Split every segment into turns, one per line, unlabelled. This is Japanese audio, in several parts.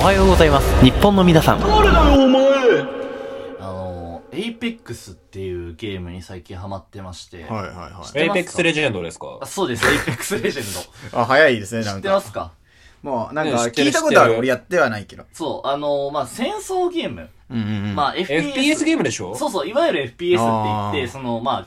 はようございます日本の皆さん
誰だよお前あのエイペックスっていうゲームに最近ハマってまして、
はいはいはい。
て
エイ
ますか
ペックスレジェンドですか
あそうですエイペックスレジェン
あ、早いですね、
ド
な
知っ
ん
てま
か。
すか
もう、なん
うん
か
知って
聞
る
いたことあ
知っ
る。
てる
俺やってはないけど。
そうあのまあ戦争ゲーム、
うんうんうん。
まあ FPS,
FPS ゲームでしょ
そうそういわゆる FPS っ
あ
て言って
ー
そのまあ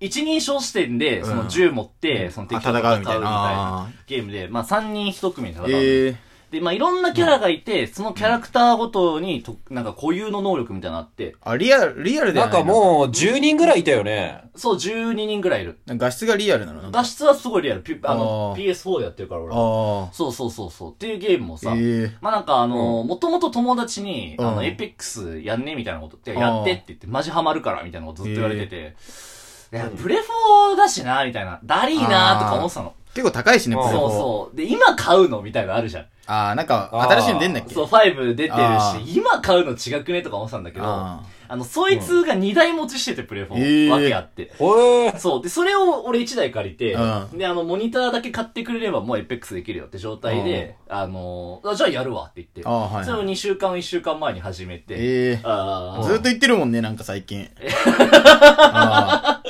一人称視点で、その銃持って、その敵と
あ
戦
戦
うみ
うみ
た
た
い
いな
な
あ
ゲームで、まあ三人一組で戦う。
ええ。
で、まあいろんなキャラがいて、そのキャラクターごとにと、なんか固有の能力みたいなのあって、
あ、リアル、リアルで
な
は
ん
ない
かもう10人ぐらいいたよね。
そう12人ぐらいいる。
う。画質がリアルなのなんか
画質はすごいリアル。ピュあの、
あー
PS4 でやってるから俺は。
あ
そうそうそうそう。っていうゲームもさ、
あ。ええ。
まあなんかあの、もともと友達に、あ
う
の、
ん
エイペックスやんねみたいなことって、やってって言って、マジハマるからみたいなことずっと言われてて、いや、プレフォーだしな、みたいな、だりーなーとか思ってたの。
結構高いしね、
あ
プ
ー
レ
そう
フォー。
そう。で、今買うのみたいなのあるじゃん。
ああ、なんか、新しいの出んだっけ
そう、5出てる
あ
し、今買うの違くねとか思ってたんだけど、
あ
あの、そいつが2台持ちしてて、プレフォ
え
ー。
え
わけあって。
おえ
そう。で、それを俺1台借りて、
うん
で、あの、モニターだけ買ってくれればもうエイペックスできるよって状態で、あのーあじゃあやるわって言って、
ああはい
それを2週間、1週間前に始めて、
ええ。
あー
ずっと言ってるもんね、なんか最近。あ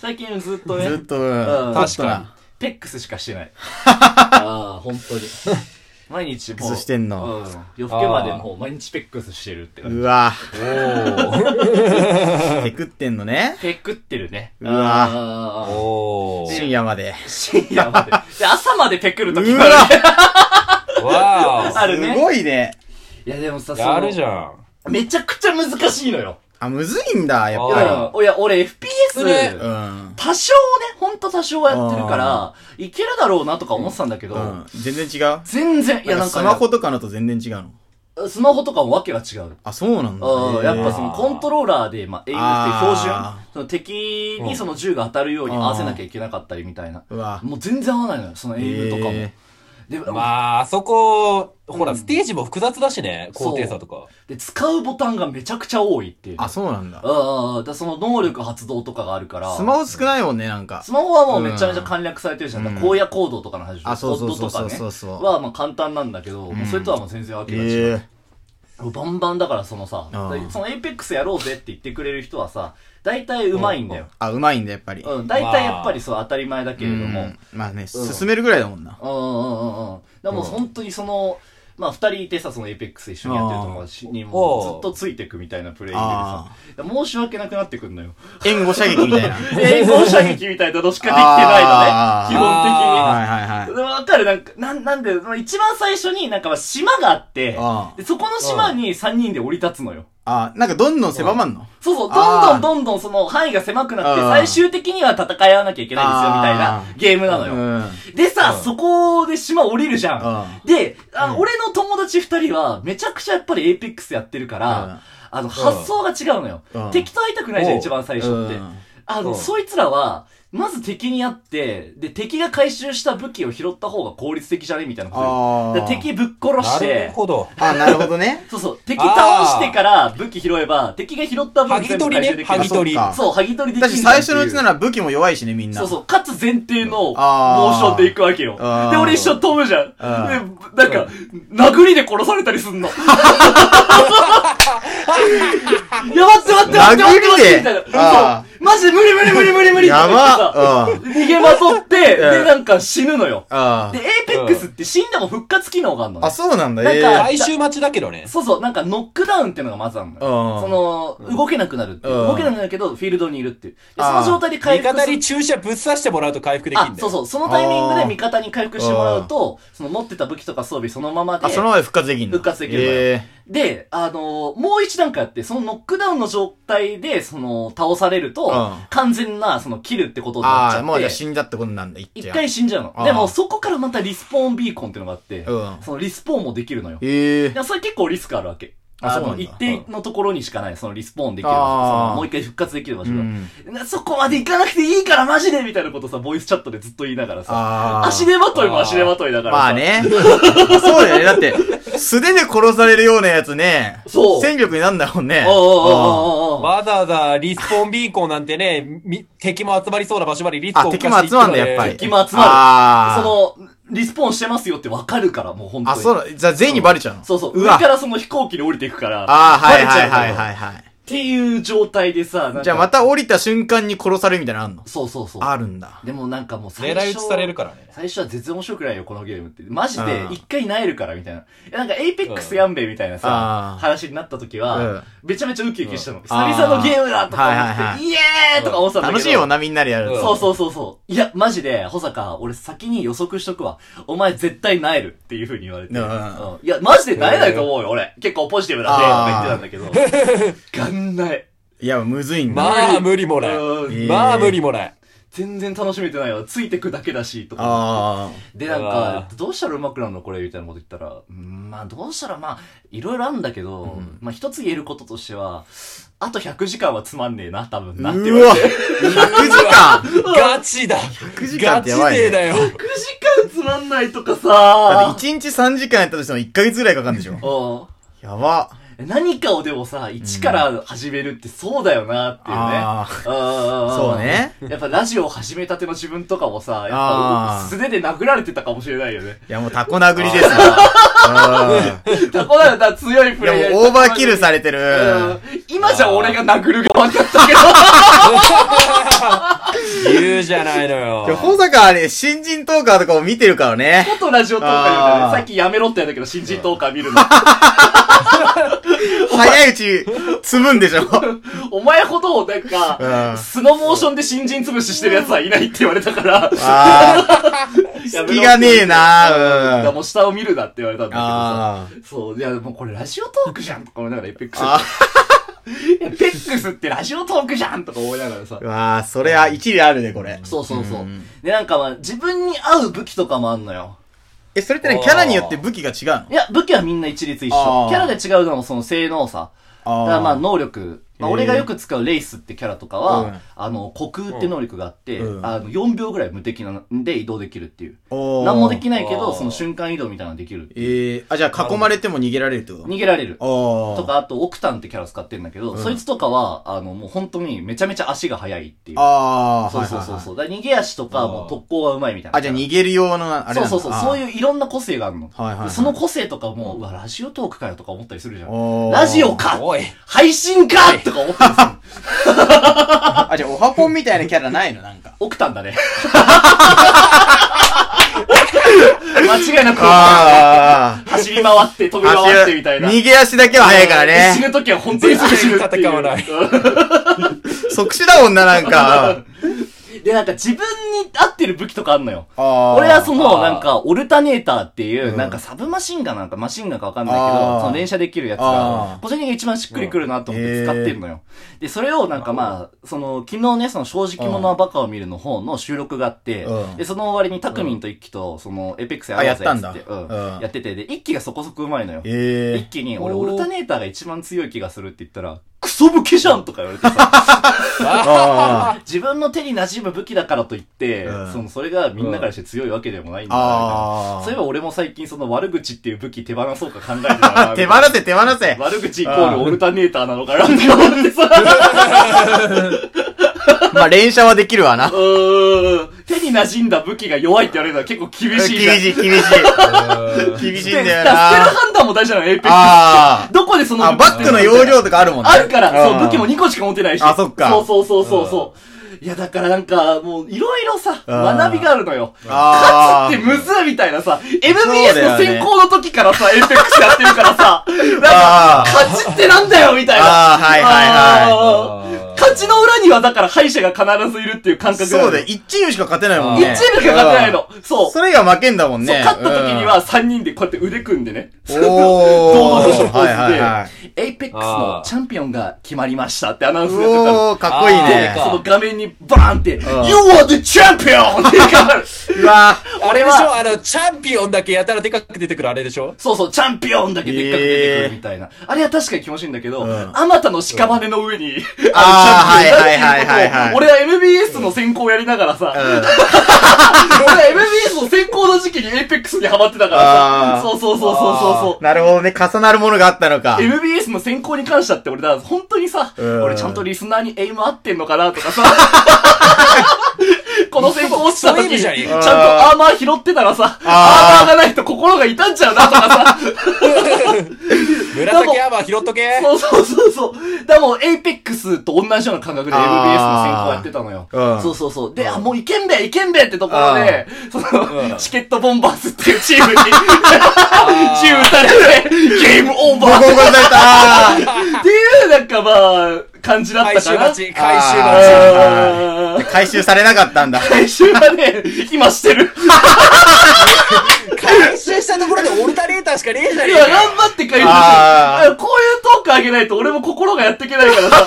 最近ずっと
あず
ね
っ、と、
うん
うん
確かに
な
ペックスしかして ない。ああ、本当に。毎日
ペッ
も
ク
う、
スしてん
うん
の。。
夜更けまでもう毎日ペックスしてるって感じ。
うわ
おー
ぁ、 テクってんのね。
ペックってるね。
うわ
あー
おー
深夜まで。
深夜まで。で、朝までペクるとき
う
がある
わ
わー
あるね
すごいね。
いやでもさ、そ
やるじ
の、
ゃん。
めちゃくちゃ難しいのよ。
あ、むずいんだ、や
う
っ
ん
は
ぱ
い。
いや、俺 FPS、
そ
り。
れ
うん。
多少ね、ほんと多少はやってるから、いけるだろうなとか思ってたんだけど、
うん。全然違う
全然、いやなんか
ス
ね、
マホとかのと全然違うの。
スマホとかもわけが違う。
あ、そうなんだ。
うん、やっぱそ
へ
のコントローラーで、まあ、エイムっていう標
あ
準その敵にその銃が当たるように合わせなきゃいけなかったりみたいな。
ーうわ。
もう全然合わないのよ、そのエイムとかも。
へ
で、
まあ、あそこ、ほら、ステージも複雑だしね、高低差とか。
で、使うボタンがめちゃくちゃ多いっていう。
あ、そうなんだ。
ああ、だからその能力発動とかがあるから。
スマホ少ないもんね、なんか
ス。マホはもうめちゃめちゃ簡略されてるじゃん。
うん
だから荒野行動とかの話
あ、そうそうそう
コッ
そ
ドと
う
か
そ
ね。
うそう。
はまあ簡単なんだけど、もうそれとはもう全然わけが違う。
え
バンバンだからそのさ、
あー
そのエイペックスやろうぜって言ってくれる人はさ、大体上手いんだよ
うん。
あ、うまいんだ、やっぱり。
うん、大体やっぱりそう当たり前だけれども。う
うんん。まあね、進めるぐらいだもんな。
うんうんうんうん。でもう本当にその、まあ二人いてさ、そのエイペックス一緒にやってる友達にもずっとついてくみたいなプレイでさ
あ、
申し訳なくなってくんのよ。
援護射撃みたいな。
英語射撃みたいなのしかできてないのね。基
はいはいはい。
本的に。わかるなんか、なん、なんで、まあ一番最初になんかまあ島があって
あ、あ
でそこの島に3人で降り立つのよ。
あ、なんかどんどん狭まんの
そうそう、ど
あ
んどんど
あ
んどんその範囲が狭くなって、
ああ
最終的には戦い合わなきゃいけないんですよ、
ああ
みたいなゲームなの
う
よ。
ん。
でさ、そこで島降りるじゃ
あ
ん。で、あの、俺の友達2人は、めちゃくちゃやっぱりエイペックスやってるから、あの、発想が違うのよ
あ。あ
敵と会いたくないじゃん、
おう
一番最初って
う。ん
あ
う
の、
ん
そいつらは、まず敵に会って、で、敵が回収した武器を拾った方が効率的じゃねみたいなこと
あ
言う。
ー
で敵ぶっ殺し
なる
て、
ほど。
あ、なるほどね。
そうそう、敵倒してから武器拾えば、敵が拾った武
剥
器
ぎ取りね、剥ぎ取り。
あそっか
そう、剥ぎ取りでき
だ
る
し
じゃん
最
ってい
初のうちなら武器も弱いしね、みんな。
そうそう、勝つ前提のモー
あ
シ
ー
ョンで行くわけよ。
あー
で、俺一緒に飛ぶじゃん。で、
あ
なんか、殴りで殺されたりすんの。やばって待って待って待って待ってみたいな
殴りであ。
そうマジで無理無理無理無理無理
やば
って言
う
ってさ逃げまそって、で、
ん
なんか死ぬのよ。
あ
で、エイペックスって死んでも復活機能があるの
あ。
ね
あ、。そうなんだ、
なん
え
か
え。
来週待ちだけどね。
そうそう、なんかノックダウンっていうのがまずあるのよ。
うん
その、動けなくなるっていう。
うん
動けなくなるけど、フィールドにいるっていう。で、そ
あ
の
ー
状態で回
味
復
方
する
に。注射ぶっ刺してもらうと回復できる
あ
ん、だ
そう
よ。
そう、そのタイミングで味方に回復してもらうと、その持ってた武器とか装備そのままで
あ、、そのままで復活できんの
復活できるのよ
え
で、あのーもう一段階あって、そのノックダウンの状態で、その、倒されると、
うん
完全な、その、キルってことに
え。
なっち
あ
ゃ
あ、もうじゃあ
って、
死んだってことなんだ、
一
一
回死んじゃう
あ
の。
ー
でも、そこからまたリスポーンビーコンっていうのがあって、
うん
そのリスポーンもできるのよ。
ええ
い。や、それ結構リスクあるわけ。
あ
あ
そうな
の、
んだ
一定のところにしかない、そのリスポーンできる場所
あー
そのもう一回復活できる場所
う
が
ん
なそこまで行かなくていいから、マジでみたいなことさ、ボイスチャットでずっと言いながらさ、
ああ。
足手まといも足手まといだからさ。
まあ。ね。そうだよね。 だって、素手で殺されるようなやつね。
そう
戦力になんだもんね。
おうおうおうおうおう
わざわざリスポーンビーコンなんてね、み敵も集まりそうな場所までリスポーン
あ、敵も集まんだ、やっぱり。
敵も集まる
ああ。
その、リスポーンしてますよってわかるから、もう本当
あ、
に。
そうだ。じゃあ全員にバレちゃうの
そうそう。
う
上
わ
からその飛行機に降りていくから。
ああ、はい
バレち
は
ゃ
い
のよ
うはいはいは
っていう状態でさ、なんか
い。じゃあまた降りた瞬間に殺されるみたいなのあんの
そうそうそう。
あるんだ。
でもなんかもう最初。
狙い撃ちされるからね。
最初は絶対面白くないよ、このゲームって。マジで
う、ん
一回萎えるから、みたいな。いやなんか、エイペックスやんべみたいな
あ
さ
ー、
話になった時
うん
は、めちゃめちゃウキウキしたの。久
あー
々のゲームだとか
はいはい
思っ
は
て、
い
イエーイとか思ってたんだけど。
楽しいよな、みんなでやる
うん
そうそうそうそう。いや、マジで、保坂、俺先に予測しとくわ。お前絶対萎えるっていう風に言われて。
うん
うんいや、マジで萎えないと思うよ、俺。結構ポジティブだね、とか言ってたんだけど。ガンない。
いや、むずいんだ。
まあ、無理もない。
うん
えー
まあ、無理もない。
全然楽しめてないわ。ついてくだけだし、とか思って。で、
あ
なん
あ
か、どうしたらうまくなるのこれみたいなこと言ったら、うんまあ、どうしたら、まあ、いろいろあるんだけど、まあ、一つ言えることとしては、あと100時間はつまんねえな、多分な
あ。
って言
う
わ
わ !100
れて。
時間
ガチだ
時間
ガ
って
チ
やばいね
でだよ
100時間つまんないとか
だっ
さ
て1日3時間やったとしても1ヶ月ぐらいかかるんでしょ
うん
やば。
何かをでもさ、一から始めるってそうだよなっていうね。あ
あそうね。
やっぱラジオ始めたての自分とかもさ、やっぱ
あー
素手で殴られてたかもしれないよね。
いや、もうタコ殴りですよ。うん
だからだ強いプ
い
レイヤ
や、
ー。
もうオーバーキルされてる。
うん今じゃ俺が殴る側だったけど。
言うじゃないのよ
いや、保坂あれ、新人トーカーとかも見てるから ね。
元ラジオトーカー言うた
あ
ね。
ー
さっきやめろって言うんだけど、新人トーカー見る の。
早いうち、積むんでしょ。
お前ほど、なん
う
か、
ん
スノーモーションで新人潰ししてる奴はいないって言われたから、や
あ あ、
めろ
気がねえ
だ
な
から
うん。
もう下を見るなって言われたんだけどさ。
あ
そう、いや、もうこれラジオトークじゃんとか思いながら、エペックス。
あ
エペックスってラジオトークじゃんとか思いながらさ
あ。。わあ、それは一理あるね、これ。。
そうそうそううんで、なんかまあ、自分に合う武器とかもあんのよ。
え、それってね、キャラによって武器が違うの
いや、武器はみんな一律一
あ
緒。
ー
キャラで違うのもその性能差。だからまあ、能力。まあ、
へー
俺がよく使うレイスってキャラとか
うん
は、あの、虚空って能力があって、
うん
あの、4秒ぐらい無敵なんで移動できるっていう。
おー
何もできないけど、
あー
その瞬間移動みたいなのできる。
えー、あ、じゃあ囲まれても逃げられるってこと
逃げられる。
ああ。
と。か、あと、オクタンってキャラ使ってんだけど、そいつとかは、あの、もう本当にめちゃめちゃ足が速いっていう。
ああ、
そうそうそう
う。
そう。だから逃げ足とか、
うん
もう特攻がうまいみたいな。
あ、じゃあ逃げる用の、あれなん
そうそ
だ
うそう。
あー
そういういろんな個性があるの。
はいはいはい
でその個性とかも、うわ、ラジオトークかよとか思ったりするじゃん。
おー
ラジオか
おい
配信かとか思ったりする。
あ、じゃあ、おはぽんみたいなキャラないのなんか。
オクタン だね。間違いなく、
あ
走り回って、飛び回ってみたいな。
逃げ足だけは早いから
死
ね。
ぬ時は本当にすぐ死ぬ っていう。
戦わない
即死だもんな、な んか。
で、なんか自分に合ってる武器とかあんのよ。
あ
俺はその、
あー
なんか、オルタネーターっていう、
うん
なんかサブマシンガンなんか、マシンガンかわかんないけ
あ
ど、
ー
その連射できるやつ
あ
が
ー、
個人的に一番しっくりくるなと思って使ってるのよ。で、それをなんかまあ、その、昨日ね、その正直者はバカを見るの方の収録があって
うん、
で、その終わりにタクミンと一機と、その、エペックスや
あ
ろうぜ
やったんだ
つってうん
うん
やってて、で、一機がそこそこうまいのよ。一
ええ
気に、俺、
お
オ
ー
ルタネーターが一番強い気がするって言ったら、クソ武器じゃんとか言われて さ、
あ
自分の手に馴染む武器だからといって、
うん
その、それがみんなからして強いわけでもないん
ー
だなみたいな。
あー。
そういえば俺も最近その悪口っていう武器手放そうか考えてたな
手放せ、手放せ。
悪口イコールオルタネーターなのかなって思ってさ。
まあ、連射はできるわな
う。ーん。手に馴染んだ武器が弱いって言われるのは結構厳
厳
しいな。
しい、厳しい。
で
厳しいんだよ
ステル
な。
判断も大事なの、エイペック
あ
ス。どこでそ
ー
の
あ。
武器
バッグの容量とかあるもんね。
あるから、
ん
そう、武器も2個しか持ってないし。
あそっか
そうそうそうそうそう。いや、だからなんか、もう、いろいろさ、学びがあるのよ。
あー
勝つってむずみたいなさ、
そう
MBS
だ
の
よね
選考の時からさ、エイペックスやってるから さ、なんか
あ、ー
勝ちってなんだよみたいな。
あーはいはいはい
はい。勝ちの裏には、だから敗者が必ずいるっていう感覚
そうだよ。
1
一チームしか勝てないもん
チ
ね。
ームしか勝てないの。そう。そ
それが負けんだもん
う、
ね。
勝った時には3人でこうやって腕組んでね。
うん、お
堂
ー。
々としたポ
はいはい
ー
は
ズで、エイペックスのチャンピオンが決まりましたってアナウン
い。
スが出てたの。
おー、かっこい
で
いね。
その画面にバーンって、You
ん
are the champion! って書かれる。
うわ
あ
俺
れでしょ
は、
あの、チャンピオンだけやたらでかく出てくるあれでしょ
そうそう、チャンピオンだけでっかく出てくるみたいな。あれは確かに気持ちいいんだけど、
ん
あまたの屍の上に、
あ
あのチャンピオンだってうことを
ーはいはいはいはいは い
俺は MBS の選考をやりながらさ、
ー。うん
俺は MBS の選考の時期に APEX にハマってたからさ、
あー
そうそうそうそうそうそう。
なるほどね。重なるものがあったのか。
MBS の選考に関してはって俺だから、本当にさ、
うん
俺ちゃんとリスナーにエイム合ってんのかなとかさ、この選考落ちた時
いい
に、
じ
ち
ゃ
ゃ
ん
ん
いい
とアーマー拾ってたらさ、ア
あー
ーマーがないと心が痛んじゃうなとかさ、
紫アーバー拾っとけ
そうそうそうそう。だからもう、エイペックスと同じような感覚で MBS の
あー
選考やってたのよ。
うん
そうそうそう。で、あ、もういけんべいけんべってところで、その、
うん
チケットボンバーズっていうチームに、
あー
銃撃たれて、ゲームオーバー
ボコボコにされた
っていう、なんかまあ、感じだっ
回
たか
収
な。
待ち、回収
あ
待
ー
ー回収されなかった んだ。
回収はね、今してる。
ち。回収したところでオルタネーターしかねえじゃ
い
ねえ
や、
かよ
頑張って回収
あ
してる。こういうトークあげないと俺も心がやっていけないからさ。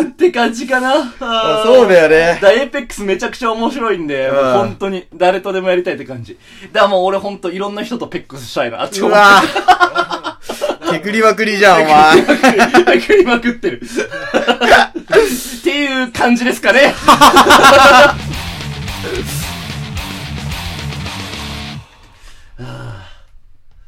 って感じかな。あー
そうだよね。
ダイエペックスめちゃくちゃ面白いんで、
うん
もう本当に誰とでもやりたいって感じ。だからもう俺本当いろんな人とペックスしたいなって
う
思う。
わぁ。手繰りまくりじゃん、お前。
食いまくってる。っていう感じですかね。